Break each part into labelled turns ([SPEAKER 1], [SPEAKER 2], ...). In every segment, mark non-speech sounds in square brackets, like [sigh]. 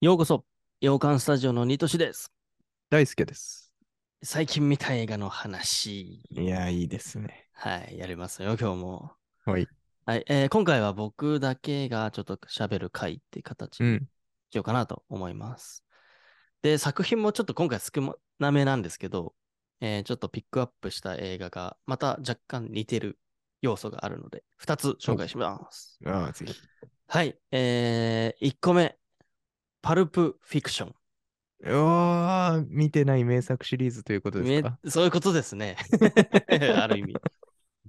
[SPEAKER 1] ようこそ、洋館スタジオのニトシです。
[SPEAKER 2] 大輔です。
[SPEAKER 1] 最近見た映画の話、
[SPEAKER 2] いやー、いいですね。
[SPEAKER 1] はい、やりますよ、今日も。
[SPEAKER 2] はい。
[SPEAKER 1] はい、えー今回は僕だけがちょっと喋る回って形
[SPEAKER 2] う
[SPEAKER 1] に
[SPEAKER 2] ん。
[SPEAKER 1] しようかなと思います。で、作品もちょっと今回少なめなんですけど、えーちょっとピックアップした映画が、また若干似てる要素があるので、2つ紹介します。
[SPEAKER 2] ああ、ぜひ。
[SPEAKER 1] はい、えー、1個目、パルプフィクション。
[SPEAKER 2] うわー、見てない名作シリーズということですか
[SPEAKER 1] めそういうことです
[SPEAKER 2] [laughs]
[SPEAKER 1] ね。ある意味。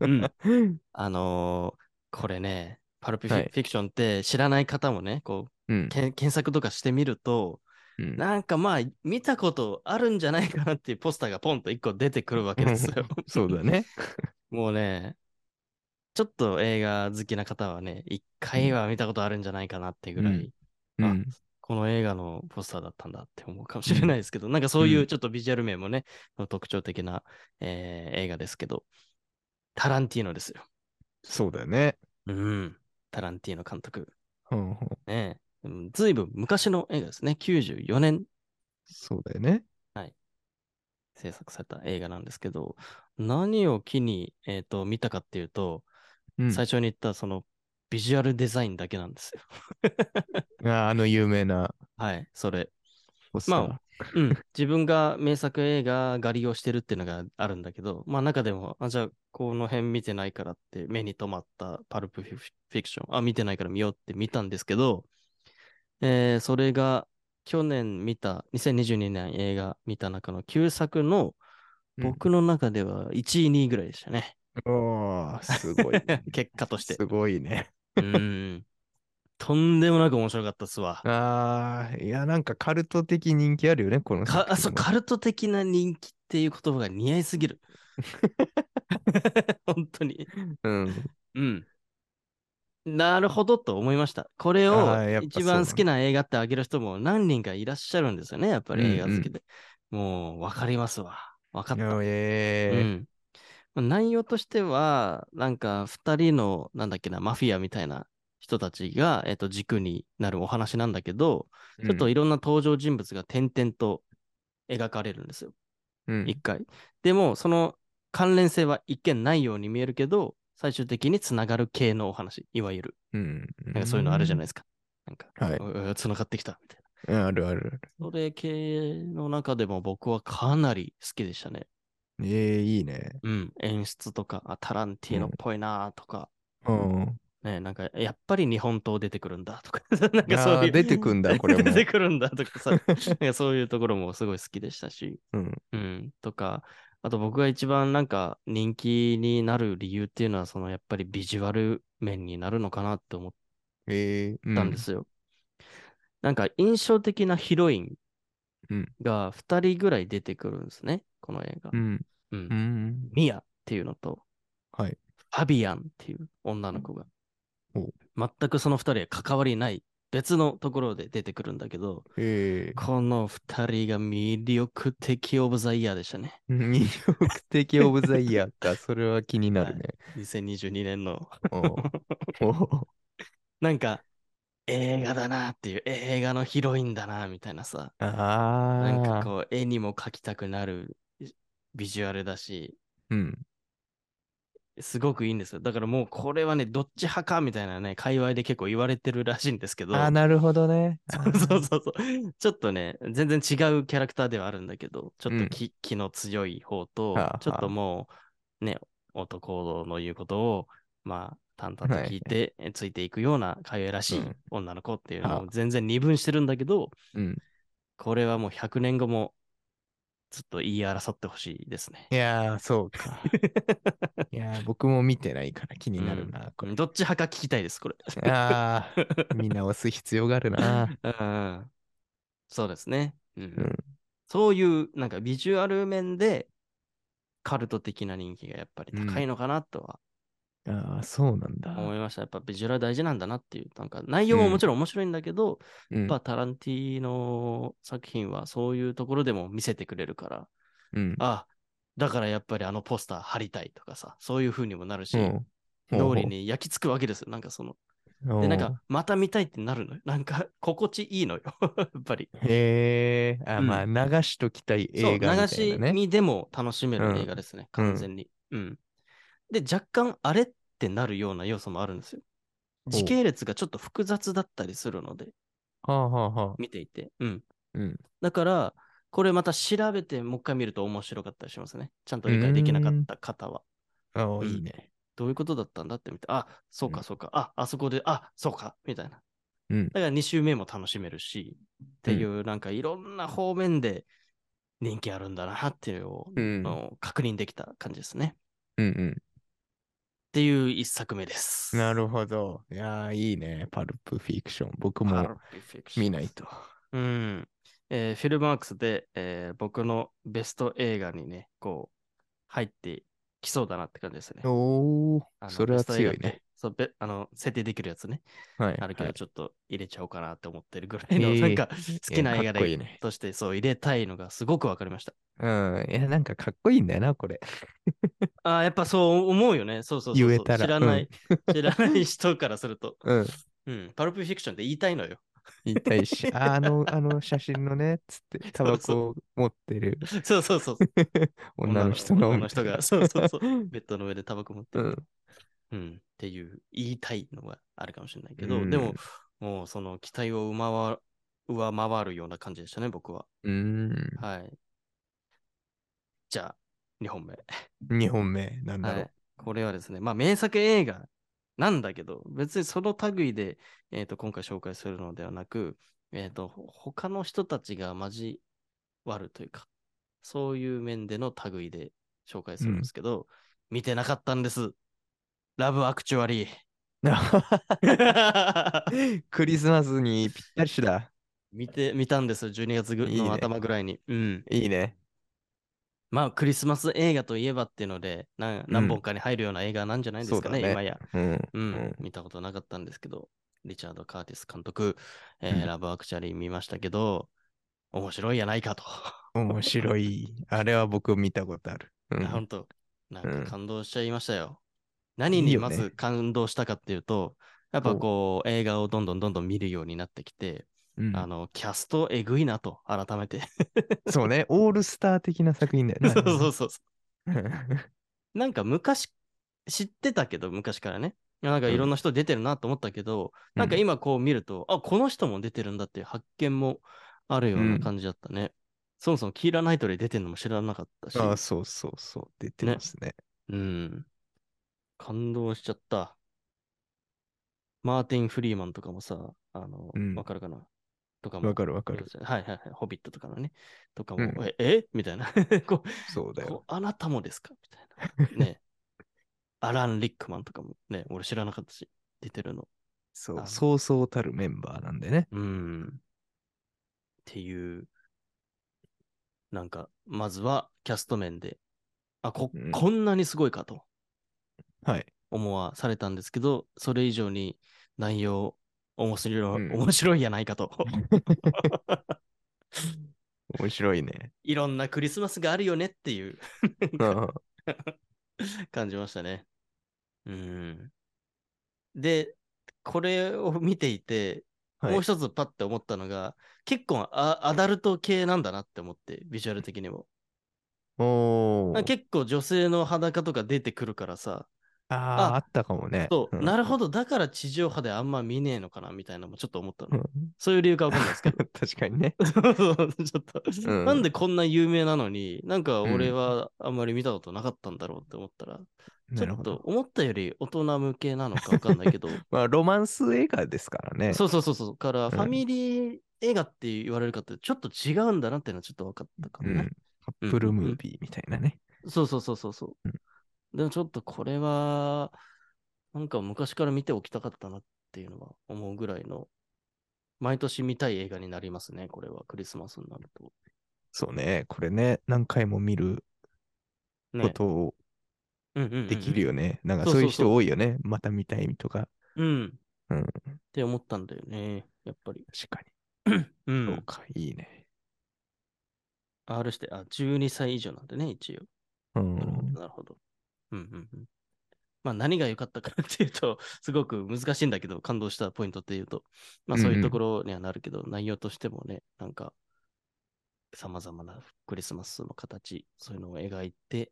[SPEAKER 1] うん。あのーこれね、パルプフィ,、
[SPEAKER 2] はい
[SPEAKER 1] クションって知らない方もね、こ
[SPEAKER 2] うん
[SPEAKER 1] う、。けん検索とかしてみると、
[SPEAKER 2] うん
[SPEAKER 1] なんかまあ、見たことあるんじゃないかなっていうポスターがポンと一個出てくるわけですよ。
[SPEAKER 2] そうだね。
[SPEAKER 1] [laughs] もうね、ちょっと映画好きな方はね、一回は見たことあるんじゃないかなってぐらい、
[SPEAKER 2] うんうん。
[SPEAKER 1] この映画のポスターだったんだって思うかもしれないですけど、なんかそういううんちょっとビジュアル面もね、特徴的な、えー映画ですけど、タランティーノですよ。
[SPEAKER 2] そうだね。
[SPEAKER 1] うん。タランティーノ監督。
[SPEAKER 2] うんうん
[SPEAKER 1] ねえ。うんずいぶん昔の映画ですね。94年
[SPEAKER 2] そうだよね。
[SPEAKER 1] 制作された映画なんですけど、何を機に、えー、と見たかっていうと、
[SPEAKER 2] うん
[SPEAKER 1] 最初に言ったそのビジュアルデザインだけなんですよ。
[SPEAKER 2] あーあの有名な
[SPEAKER 1] はい、それ。
[SPEAKER 2] ポスター。
[SPEAKER 1] まうん、自分が名作映画狩りをしてるっていうのがあるんだけど、まあ中でも、あじゃあこの辺見てないからって目に留まったパルプフィフィクション、あ、見てないから見ようって見たんですけど、えーそれが去年見た、2022年映画見た中の旧作の
[SPEAKER 2] うん
[SPEAKER 1] 僕の中では1位、2位ぐらいでした
[SPEAKER 2] [laughs]
[SPEAKER 1] ね。
[SPEAKER 2] おー、すごい。
[SPEAKER 1] [laughs] 結果として。
[SPEAKER 2] すごいね。
[SPEAKER 1] うん。とんでもなく面白かったっすわ。
[SPEAKER 2] あー、いや、なんかカルト的人気あるよね、この
[SPEAKER 1] か
[SPEAKER 2] 作
[SPEAKER 1] あそう
[SPEAKER 2] 品は
[SPEAKER 1] カルト的な人気っていう言葉が似合いすぎ
[SPEAKER 2] [laughs]
[SPEAKER 1] る。本当に。
[SPEAKER 2] うん。
[SPEAKER 1] うん。なるほどと思いました。これを
[SPEAKER 2] あーやっぱ
[SPEAKER 1] 一
[SPEAKER 2] そうだ
[SPEAKER 1] 番
[SPEAKER 2] ね
[SPEAKER 1] 好きな映画ってあげる人も何人かいらっしゃるんですよね。やっぱり映画好きで。もう分かりますわ。分か
[SPEAKER 2] い
[SPEAKER 1] っ
[SPEAKER 2] や
[SPEAKER 1] た。う
[SPEAKER 2] え
[SPEAKER 1] んまあ内容としては、なんか2人の、なんだっけな、マフィアみたいな人たちが、えっと、軸になるお話なんだけど、
[SPEAKER 2] ー
[SPEAKER 1] ちょっといろんな登場人物が点々と描かれるんですよ。
[SPEAKER 2] うん
[SPEAKER 1] 一回。でも、その関連性は一見ないように見えるけど、最終的につながる系のお話、いわゆる。
[SPEAKER 2] うん。
[SPEAKER 1] なんかそういうのあるじゃない
[SPEAKER 2] い
[SPEAKER 1] ですか。なんか、
[SPEAKER 2] はい。
[SPEAKER 1] つながってきたみたいな。
[SPEAKER 2] うんあるあるある。
[SPEAKER 1] それ系の中でも僕はかなり好きでしたね。
[SPEAKER 2] ええいいね。
[SPEAKER 1] うん。演出とか、あタランティーノっぽいなとか、
[SPEAKER 2] うん。
[SPEAKER 1] ね、なんか、やっぱり日本刀出てくるんだとか、 [laughs] なんか
[SPEAKER 2] あ
[SPEAKER 1] そうい
[SPEAKER 2] ー
[SPEAKER 1] う。
[SPEAKER 2] 出てくん
[SPEAKER 1] [laughs]
[SPEAKER 2] だこれも
[SPEAKER 1] 出てくるんだとか
[SPEAKER 2] [laughs]
[SPEAKER 1] さ、なんかそういうところもすごい好きでしたし。
[SPEAKER 2] うん。
[SPEAKER 1] うん、とか、あと僕が一番なんか人気になる理由っていうのは、そのやっぱりビジュアル面になるのかなって思っ
[SPEAKER 2] ええ
[SPEAKER 1] たんで。すよ。なんか印象的なヒロイン
[SPEAKER 2] うん
[SPEAKER 1] が2人ぐらい出てくるんですね、この映画
[SPEAKER 2] う。ん。
[SPEAKER 1] う。
[SPEAKER 2] うんん。
[SPEAKER 1] ミアっていうのと、
[SPEAKER 2] はい。
[SPEAKER 1] ファビアンっていう女の子が
[SPEAKER 2] お、
[SPEAKER 1] 全くその2人は関わりない別のところで出てくるんだけど、
[SPEAKER 2] ええ
[SPEAKER 1] この2人が魅力的オブザイヤーでしたね。
[SPEAKER 2] 魅力的オブザイヤーか、それは気になるね。
[SPEAKER 1] 2022年の [laughs]
[SPEAKER 2] おお
[SPEAKER 1] なんか映画だなっていう映画のヒロインだなみたいなさ
[SPEAKER 2] あ
[SPEAKER 1] なんか
[SPEAKER 2] あ。
[SPEAKER 1] こう絵にも描きたくなるビジュアルだし
[SPEAKER 2] うん。
[SPEAKER 1] すごくいいんですよだからもうこれはねどっち派かみたいなね界隈で結構言われてるらしいんですけど
[SPEAKER 2] ああ、なるほどね。
[SPEAKER 1] そう [laughs] そうそうそうちょっとね全然違うキャラクターではあるんだけどちょっ
[SPEAKER 2] う
[SPEAKER 1] と
[SPEAKER 2] ん
[SPEAKER 1] 気,、気の強い方と
[SPEAKER 2] はあ
[SPEAKER 1] ちょっともうね男の言うことをまあ淡々と聞いて、えついていくような会話らしい
[SPEAKER 2] うん
[SPEAKER 1] 女の子っていうの
[SPEAKER 2] は
[SPEAKER 1] を
[SPEAKER 2] あ
[SPEAKER 1] 全然二分してるんだけど、
[SPEAKER 2] うん。
[SPEAKER 1] これはもう100年後もずっと言い争ってほしいですね
[SPEAKER 2] い。やー、そう
[SPEAKER 1] [laughs]
[SPEAKER 2] か。いやー、僕も見てないから気になるな、これ。
[SPEAKER 1] どっち派か聞きたいです、これ。
[SPEAKER 2] ああ、見直す必要があ
[SPEAKER 1] [laughs]
[SPEAKER 2] るな。
[SPEAKER 1] うんそうですね、うん
[SPEAKER 2] うん
[SPEAKER 1] そういうなんかビジュアル面でカルト的な人気がやっぱり高いのかなとは
[SPEAKER 2] ああ、そうなん
[SPEAKER 1] 思
[SPEAKER 2] だ。
[SPEAKER 1] いました。やっぱビジュアルは大事なんだなっていう、なんか内容ももちろん面白いんだけど、
[SPEAKER 2] うん
[SPEAKER 1] やっぱタランティーノ作品はそういうところでも見せてくれるから、
[SPEAKER 2] うん。
[SPEAKER 1] あだからやっぱりあのポスター貼りたいとかさ、そういう風にもなるし、
[SPEAKER 2] うん
[SPEAKER 1] 脳裏に焼き付くわけですよ。なんかそので、
[SPEAKER 2] で
[SPEAKER 1] なんか、また見たいってなるのよ。なんか、心地いいのよ。 [laughs] やっぱり。
[SPEAKER 2] へえ、あ、
[SPEAKER 1] うん
[SPEAKER 2] まあ、流しときたい
[SPEAKER 1] そう、
[SPEAKER 2] 映画み
[SPEAKER 1] 流
[SPEAKER 2] たい
[SPEAKER 1] し
[SPEAKER 2] なね。
[SPEAKER 1] 見でも楽しめ
[SPEAKER 2] うん
[SPEAKER 1] る映画ですね、完全に。うん。で、若干、あれってなるような要素もあるんですよ。
[SPEAKER 2] お
[SPEAKER 1] 時系列がちょっと複雑だったりするので、
[SPEAKER 2] はあはあはあ。
[SPEAKER 1] 見ていて。うん。
[SPEAKER 2] うん。
[SPEAKER 1] だから、これまた調べて、もう一回見ると面白かったりしますね。ちゃんと理解できなかった方は。
[SPEAKER 2] あー
[SPEAKER 1] うん
[SPEAKER 2] いいね。
[SPEAKER 1] どういうことだったんだって見て、あ、そう
[SPEAKER 2] うん
[SPEAKER 1] かそうか、あ、あそこで、あ、そうか、みたいな。
[SPEAKER 2] うん。
[SPEAKER 1] だから2週目も楽しめるし、っていう、なんかいろんな方面で人気あるんだなっていうのを、
[SPEAKER 2] う
[SPEAKER 1] あ
[SPEAKER 2] ん。うん
[SPEAKER 1] の確認できた感じですね。っ
[SPEAKER 2] うん。
[SPEAKER 1] ていう一作目です。
[SPEAKER 2] な
[SPEAKER 1] ほ
[SPEAKER 2] るほど。いやー、いいね。パルプフィクション。僕も見ないと。
[SPEAKER 1] うん。えーフィルマークスで、えー僕のベスト映画にね、こう、入ってきそうだなって感じですね。
[SPEAKER 2] おお、
[SPEAKER 1] あの
[SPEAKER 2] それは強
[SPEAKER 1] ベ
[SPEAKER 2] い。
[SPEAKER 1] スト映画って
[SPEAKER 2] ね。
[SPEAKER 1] そうべあの設定できるやつね。
[SPEAKER 2] はい。
[SPEAKER 1] あるけ
[SPEAKER 2] は
[SPEAKER 1] ど、
[SPEAKER 2] い
[SPEAKER 1] ちょっと入れちゃおうかなって思ってるぐらいの、
[SPEAKER 2] えー
[SPEAKER 1] なんか好きな映
[SPEAKER 2] いや
[SPEAKER 1] 画
[SPEAKER 2] かっこいい
[SPEAKER 1] で
[SPEAKER 2] ね。
[SPEAKER 1] としてそう入れたいのがすごくわかりました。
[SPEAKER 2] うん。いや、なんかかっこいいんだよな、これ。
[SPEAKER 1] ああ、やっぱそう思うよね。そうそうそうそう
[SPEAKER 2] 言えたら
[SPEAKER 1] 知らない、知らない人からすると。
[SPEAKER 2] うん。
[SPEAKER 1] うん。パルプフィクションって言いたいのよ。 [laughs]
[SPEAKER 2] 言いたいし、ああの、あの写真のね、つって、タバコを持ってる
[SPEAKER 1] そうそうそう。
[SPEAKER 2] 女の人の。
[SPEAKER 1] 女の人が、そうそうそう。
[SPEAKER 2] [laughs]
[SPEAKER 1] ベッドの上でタバコ持って
[SPEAKER 2] う
[SPEAKER 1] る
[SPEAKER 2] ん。
[SPEAKER 1] うん。っていう、言いたいのがあるかもしれないけど、
[SPEAKER 2] うん
[SPEAKER 1] でも、もうその期待を上回る上回るような感じでしたね、僕は。
[SPEAKER 2] うーん。
[SPEAKER 1] はい。じゃあ、2本目。
[SPEAKER 2] 2本目、なんだ
[SPEAKER 1] は
[SPEAKER 2] ろ
[SPEAKER 1] い、これはですね、まあ、名作映画なんだけど、別にその類で、えー、と今回紹介するのではなく、えー、とほ他の人たちが交わるというか、そういう面での類で紹介するんですけど、見てなかったんです。ラブアクチュア
[SPEAKER 2] [laughs]
[SPEAKER 1] リー。
[SPEAKER 2] クリスマスにぴったりしだ。
[SPEAKER 1] 見て、見たんですよ。12月ぐ
[SPEAKER 2] いいね
[SPEAKER 1] の頭ぐらいに。うん。
[SPEAKER 2] いいね。
[SPEAKER 1] まあ、クリスマス映画といえばっていうので、なん何本かに入るような映画なんじゃないですかね、
[SPEAKER 2] そうだね
[SPEAKER 1] 今や。
[SPEAKER 2] うん。
[SPEAKER 1] うん、
[SPEAKER 2] うん
[SPEAKER 1] 見たことなかったんですけど、リチャード・カーティス監督、えー
[SPEAKER 2] うん
[SPEAKER 1] ラブ・アクチャリー見ましたけど、面白いやないかと。
[SPEAKER 2] 面白い。あれは僕見たことある。う
[SPEAKER 1] [laughs]
[SPEAKER 2] ん
[SPEAKER 1] 本当なん
[SPEAKER 2] うん
[SPEAKER 1] か感動しちゃいましたよ。何
[SPEAKER 2] いい
[SPEAKER 1] に
[SPEAKER 2] よ
[SPEAKER 1] ま
[SPEAKER 2] ね
[SPEAKER 1] ず感動したかっていうと、やっぱこう、映画をどんどんどんどん見るようになってきて、
[SPEAKER 2] うん
[SPEAKER 1] あの、キャストえぐいなと、改めて。
[SPEAKER 2] そうね、オールスター的な作品だよね。
[SPEAKER 1] そう [laughs] そうそうそ
[SPEAKER 2] うん
[SPEAKER 1] う。なんか昔、知ってたけど、昔からね。いやなんかいろんな人出てるなと思ったけど、なんか今こう見ると、あ、この人も出てるんだっていう発見もあるよう
[SPEAKER 2] う
[SPEAKER 1] なん感じだったね。そもそもキーラ・ナイトレイ出てるのも知らなかったし、
[SPEAKER 2] あそうそうそう、出てますね。
[SPEAKER 1] うん。感動しちゃった。マーティン・フリーマンとかもさ、あの、わ、
[SPEAKER 2] うん
[SPEAKER 1] かるかなとか
[SPEAKER 2] わ、
[SPEAKER 1] も。
[SPEAKER 2] かるわかる。
[SPEAKER 1] はいはいはい。ホビットとかのね。とかも、
[SPEAKER 2] うん
[SPEAKER 1] ええみたいな [laughs] こう
[SPEAKER 2] そうだよ
[SPEAKER 1] こ。うあなたもですかみたいな。
[SPEAKER 2] [laughs]
[SPEAKER 1] ね。アラン・リックマンとかもね、俺知らなかったし、出てるの。
[SPEAKER 2] そ
[SPEAKER 1] あ
[SPEAKER 2] う、
[SPEAKER 1] の
[SPEAKER 2] そうそうたるメンバーなんでね。
[SPEAKER 1] うん。っていう、なんか、まずはキャスト面で、あ、こ、
[SPEAKER 2] うん
[SPEAKER 1] こんなにすごいかと
[SPEAKER 2] はい。
[SPEAKER 1] 思わされたんですけど、それ以上に内容、面白い、
[SPEAKER 2] うん
[SPEAKER 1] 面白いやないか
[SPEAKER 2] [laughs]
[SPEAKER 1] と。
[SPEAKER 2] 面白
[SPEAKER 1] [laughs]
[SPEAKER 2] いね。
[SPEAKER 1] いろんなクリスマスがあるよねっていう
[SPEAKER 2] うん
[SPEAKER 1] 感じましたね。うん。で、これを見ていて、
[SPEAKER 2] はい
[SPEAKER 1] もう一つパッて思ったのが、結構アアダルト系なんだなって思って、ビジュアル的にも。
[SPEAKER 2] お
[SPEAKER 1] あ
[SPEAKER 2] ー
[SPEAKER 1] 結構女性の裸とか出てくるからさ、
[SPEAKER 2] あ
[SPEAKER 1] あ
[SPEAKER 2] あ、あったかもね。
[SPEAKER 1] そう、
[SPEAKER 2] ん
[SPEAKER 1] なるほど、だから地上波であんま見ねえのかなみたいなのもちょっと思ったの。
[SPEAKER 2] うん
[SPEAKER 1] そういう理由かわかんない
[SPEAKER 2] [laughs]
[SPEAKER 1] ですけど。
[SPEAKER 2] 確か
[SPEAKER 1] [laughs]
[SPEAKER 2] にね。
[SPEAKER 1] そうちょっと、
[SPEAKER 2] うん
[SPEAKER 1] なんでこんな有名なのに、なんか俺はあんまり見たことなかったんだろうって思ったら、ちょ
[SPEAKER 2] なる
[SPEAKER 1] っ
[SPEAKER 2] ほ
[SPEAKER 1] と
[SPEAKER 2] ど。
[SPEAKER 1] 思ったより大人向けなのかわかんないけ
[SPEAKER 2] [laughs]
[SPEAKER 1] ど、
[SPEAKER 2] まあ、ロマンス映画ですからね。
[SPEAKER 1] そうそうそうそう、から
[SPEAKER 2] ん
[SPEAKER 1] ファミリー映画って言われるかってちょっと違うんだなっていうのはちょっと分かったか
[SPEAKER 2] う
[SPEAKER 1] もね
[SPEAKER 2] ん。。カップルムービーみたいなね。
[SPEAKER 1] そうそうそうそうそうう。でもちょっとこれは、なんか昔から見ておきたかったなっていうのは思うぐらいの、毎年見たい映画になりますね、これは、クリスマスになると。
[SPEAKER 2] そうね。これね、何回も見るこ
[SPEAKER 1] ね、
[SPEAKER 2] とを
[SPEAKER 1] うんうんうんうん
[SPEAKER 2] できる。よね。なんか
[SPEAKER 1] そう
[SPEAKER 2] そうい
[SPEAKER 1] そう
[SPEAKER 2] う
[SPEAKER 1] そう
[SPEAKER 2] 人多いよね。また見たいとか。
[SPEAKER 1] うん。
[SPEAKER 2] うん
[SPEAKER 1] って思ったんだよね、やっぱり。 [clears throat]
[SPEAKER 2] 確か
[SPEAKER 1] う。
[SPEAKER 2] に。そうんか、いいね。
[SPEAKER 1] R して、あ、12歳以上なんでね、一応。
[SPEAKER 2] うん
[SPEAKER 1] なるほど。なるほど。うんうんうん。まあ何が良かったかっていうと、 [laughs] すごく難しいんだけど、感動したポイントっていうと、まあそういうところにはなるけど、内容としてもね、なんか、様々なクリスマスの形、そういうのを描いて、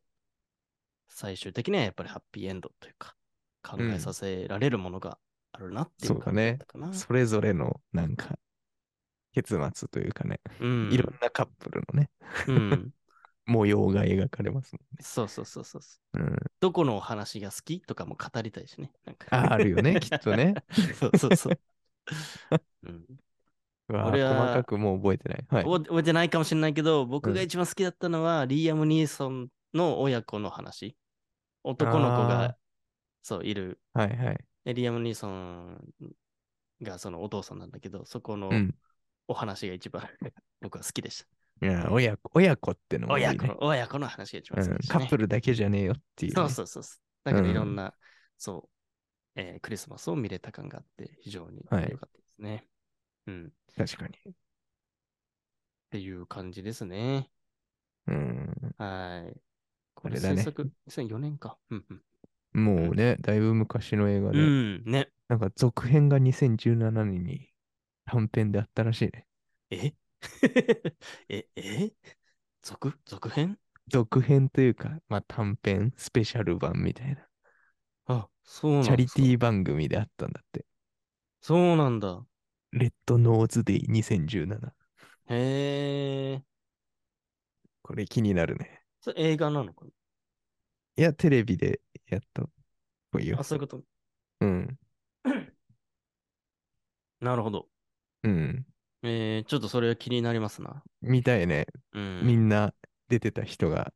[SPEAKER 1] 最終的にはやっぱりハッピーエンドというか、考えさせられるものがあるなっていう
[SPEAKER 2] そうだ
[SPEAKER 1] 感じだっ
[SPEAKER 2] ね
[SPEAKER 1] たかな。
[SPEAKER 2] それぞれの、なんか、結末というかね、
[SPEAKER 1] うん
[SPEAKER 2] いろんなカップルのね、
[SPEAKER 1] うん。
[SPEAKER 2] 模様が描かれますも
[SPEAKER 1] そうそうそうそう。
[SPEAKER 2] んね。うん、
[SPEAKER 1] どこのお話が好きとかも語りたいしね。なんか
[SPEAKER 2] ああるよ
[SPEAKER 1] [laughs]
[SPEAKER 2] ね、きっとね。
[SPEAKER 1] そうそうそう。うん、
[SPEAKER 2] うわ
[SPEAKER 1] 俺は
[SPEAKER 2] 細かくもう覚えてない。はい。
[SPEAKER 1] 覚え覚えてないかもしれないけど、僕が
[SPEAKER 2] うん
[SPEAKER 1] 一番好きだったのは、リーアム・ニーソンの親子の話。男の子
[SPEAKER 2] あー
[SPEAKER 1] が、そう、いる。
[SPEAKER 2] はいはい。
[SPEAKER 1] でリーアム・ニーソンがそのお父さんなんだけど、そこの
[SPEAKER 2] うん。
[SPEAKER 1] お話が一番 [laughs] 僕は好きでした。
[SPEAKER 2] いや、親子、親子ってのもいいね
[SPEAKER 1] 親子の、親子の話が一番
[SPEAKER 2] う
[SPEAKER 1] 好き
[SPEAKER 2] ん
[SPEAKER 1] でし。た、
[SPEAKER 2] カ
[SPEAKER 1] ね
[SPEAKER 2] ップルだけじゃねえよっていうね、
[SPEAKER 1] そうそうそうそう。だから
[SPEAKER 2] うん
[SPEAKER 1] いろんな、そう、えークリスマスを見れた感があって、非常に良か
[SPEAKER 2] は
[SPEAKER 1] っ
[SPEAKER 2] い
[SPEAKER 1] たですね。うん。
[SPEAKER 2] 確かに。
[SPEAKER 1] っていう感じですね。
[SPEAKER 2] うん。
[SPEAKER 1] はい。こ
[SPEAKER 2] あ
[SPEAKER 1] れ
[SPEAKER 2] れだね
[SPEAKER 1] 制作、2004年か。うんうん。
[SPEAKER 2] もうね、だいぶ昔の映画で、
[SPEAKER 1] うん、ね。
[SPEAKER 2] なんか続編が2017年に短編であったらしいね。
[SPEAKER 1] え [laughs] え、え続続編
[SPEAKER 2] 続編というか、まあ短編、スペシャル版みたいな。
[SPEAKER 1] あ、そうなんだ。
[SPEAKER 2] チャリティー番組であったんだって。
[SPEAKER 1] そうなんだ。
[SPEAKER 2] レッドノーズデイ2017。
[SPEAKER 1] へえ。
[SPEAKER 2] これ気になるね。
[SPEAKER 1] それ映画なのか
[SPEAKER 2] いや、テレビでやったっぽいよ
[SPEAKER 1] なあ、。そういうこと。
[SPEAKER 2] うん。
[SPEAKER 1] なるほど。
[SPEAKER 2] うん。
[SPEAKER 1] えー、ちょっとそれは気になりますな。
[SPEAKER 2] みたいね。
[SPEAKER 1] うん。
[SPEAKER 2] みんな出てた人が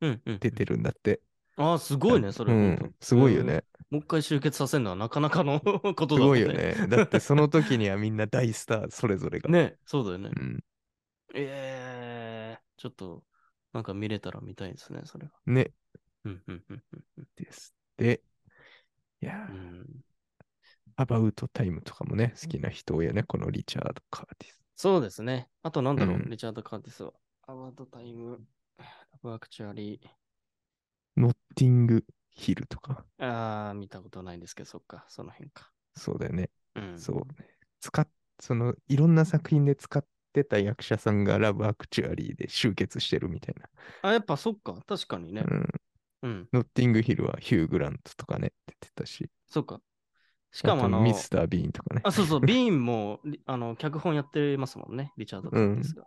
[SPEAKER 1] うんうん。
[SPEAKER 2] 出てるんだって。
[SPEAKER 1] あー、すごいね、それ。
[SPEAKER 2] う
[SPEAKER 1] 本当
[SPEAKER 2] ん。すごいよね。
[SPEAKER 1] もう一回集結させるのはなかなかの [laughs] ことだ
[SPEAKER 2] す
[SPEAKER 1] もん
[SPEAKER 2] ごいよ。ね。だってその時にはみんな大スター、それぞれが。
[SPEAKER 1] ね、そうだよね。
[SPEAKER 2] うん。
[SPEAKER 1] ええちょっと、なんか見れたら見たいですね、それは。
[SPEAKER 2] ね。
[SPEAKER 1] うんうんうんうんうん
[SPEAKER 2] です。で、いや
[SPEAKER 1] う
[SPEAKER 2] ー、
[SPEAKER 1] ん。
[SPEAKER 2] アバウトタイムとかもね、好きな人多いよね。このリチャード・カーティス。
[SPEAKER 1] そうですね。あとなんだろう、
[SPEAKER 2] うん
[SPEAKER 1] リチャード・カーティスは。アワードタイム、ワークチュアリ
[SPEAKER 2] ノッティング・ヒルとか。
[SPEAKER 1] ー。ああ、見たことないんですけど、そっか、その辺か。
[SPEAKER 2] そうだよね。
[SPEAKER 1] うん。
[SPEAKER 2] そうね。使っ、その、いろんな作品で使ってた役者さんがラブアクチュアリーで集結してるみたいな。
[SPEAKER 1] あ、やっぱそっか、確かにね。
[SPEAKER 2] うん。
[SPEAKER 1] うん、
[SPEAKER 2] ノッティングヒルはヒュー・グラントとかね、出てたし。
[SPEAKER 1] そっか。しかもあ
[SPEAKER 2] あと
[SPEAKER 1] の、
[SPEAKER 2] ミスター・ビーンとかね。
[SPEAKER 1] あ、そうそう、ビーンも、リ [laughs] あの、脚本やってますもんね、リチャード・カーティスが。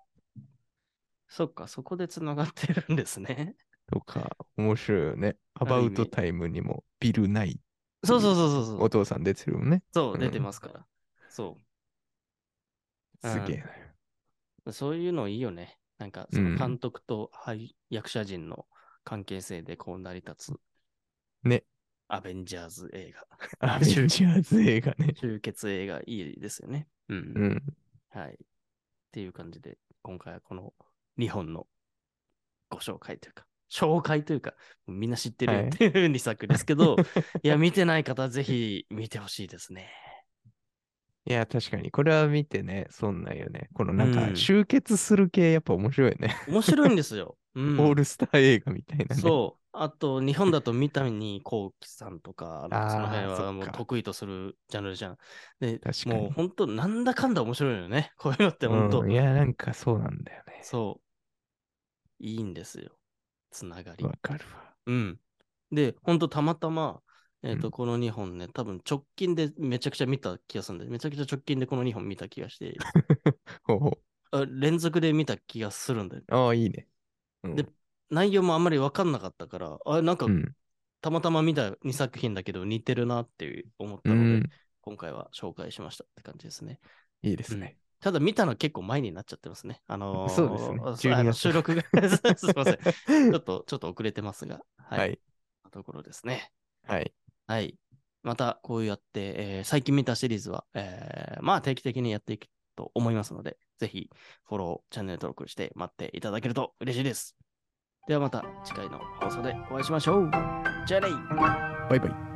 [SPEAKER 1] そっか、そこでつながってるんです
[SPEAKER 2] [laughs]
[SPEAKER 1] ね。
[SPEAKER 2] とか、面白いよね。アバウトタイムにもビル・ナイ、
[SPEAKER 1] そうそうそうそうそう。
[SPEAKER 2] お父さん出てるもんね。
[SPEAKER 1] そうう、
[SPEAKER 2] ん
[SPEAKER 1] 出てますから。そうん
[SPEAKER 2] すげえな。
[SPEAKER 1] う。そういうのいいよね。なんか、
[SPEAKER 2] う
[SPEAKER 1] その
[SPEAKER 2] ん
[SPEAKER 1] 監督と俳役者陣の関係性でこう成り立つ。
[SPEAKER 2] ね。
[SPEAKER 1] アベンジャーズ映画。
[SPEAKER 2] アベンジャーズ映画ね。
[SPEAKER 1] 集結映画いいですよね。うん。
[SPEAKER 2] うん。
[SPEAKER 1] はい。っていう感じで、今回はこの2本のご紹介というか、紹介というか、みんな知ってるよっていう2作ですけど、い、や、見てない方はぜひ見てほしいですね。
[SPEAKER 2] いや、確かに。これは見てね、そんなんよね。このなん
[SPEAKER 1] うん
[SPEAKER 2] か、集結する系、やっぱ面白いよね。
[SPEAKER 1] 面白いんですよ。
[SPEAKER 2] [laughs]
[SPEAKER 1] うん、
[SPEAKER 2] オールスター映画みたいなね。
[SPEAKER 1] そう。 [laughs] あと、日本だと三谷幸喜さんとか、なんかその辺
[SPEAKER 2] あーそっ
[SPEAKER 1] は
[SPEAKER 2] か
[SPEAKER 1] もう得意とするジャンルじゃん。で、
[SPEAKER 2] 確かに
[SPEAKER 1] もう本当、なんだかんだ面白いよね。 [laughs] こういうのって本当、
[SPEAKER 2] うんいや、なんかそうなんだよね。
[SPEAKER 1] そう。いいんですよ。つながり
[SPEAKER 2] わ。かるわ。
[SPEAKER 1] うん。で、本当たまたま、えっ、
[SPEAKER 2] う
[SPEAKER 1] と、
[SPEAKER 2] ん
[SPEAKER 1] この2本ね、多分直近でめちゃくちゃ見た気がするんで、めちゃくちゃ直近でこの2本見た気がして、
[SPEAKER 2] ほうほ
[SPEAKER 1] あ連続で見た気がするんだよ。
[SPEAKER 2] う。ああ、いいね。うん
[SPEAKER 1] で内容もあんまりわかんなかったから、あ、なんか
[SPEAKER 2] うん。
[SPEAKER 1] たまたま見た2作品だけど似てるなっていう思った
[SPEAKER 2] う
[SPEAKER 1] ので、
[SPEAKER 2] ん。
[SPEAKER 1] 今回は紹介しましたって感じですね。
[SPEAKER 2] いいですね。
[SPEAKER 1] ただ見たの結構前になっちゃってますね。あのー
[SPEAKER 2] そうですね
[SPEAKER 1] そうあの
[SPEAKER 2] 12月
[SPEAKER 1] 収録が、 [laughs] すいません。ち
[SPEAKER 2] [laughs]
[SPEAKER 1] ょっと、ちょっと遅れてますが、はい。
[SPEAKER 2] はい。
[SPEAKER 1] ところですね。
[SPEAKER 2] はい。
[SPEAKER 1] はい。またこうやって、えー最近見たシリーズは、えーまあ定期的にやっていくと思いますので、ぜひフォロー、チャンネル登録して待っていただけると嬉しいです。ではまた次回の放送でお会いしましょう。じゃあね
[SPEAKER 2] バイバイ。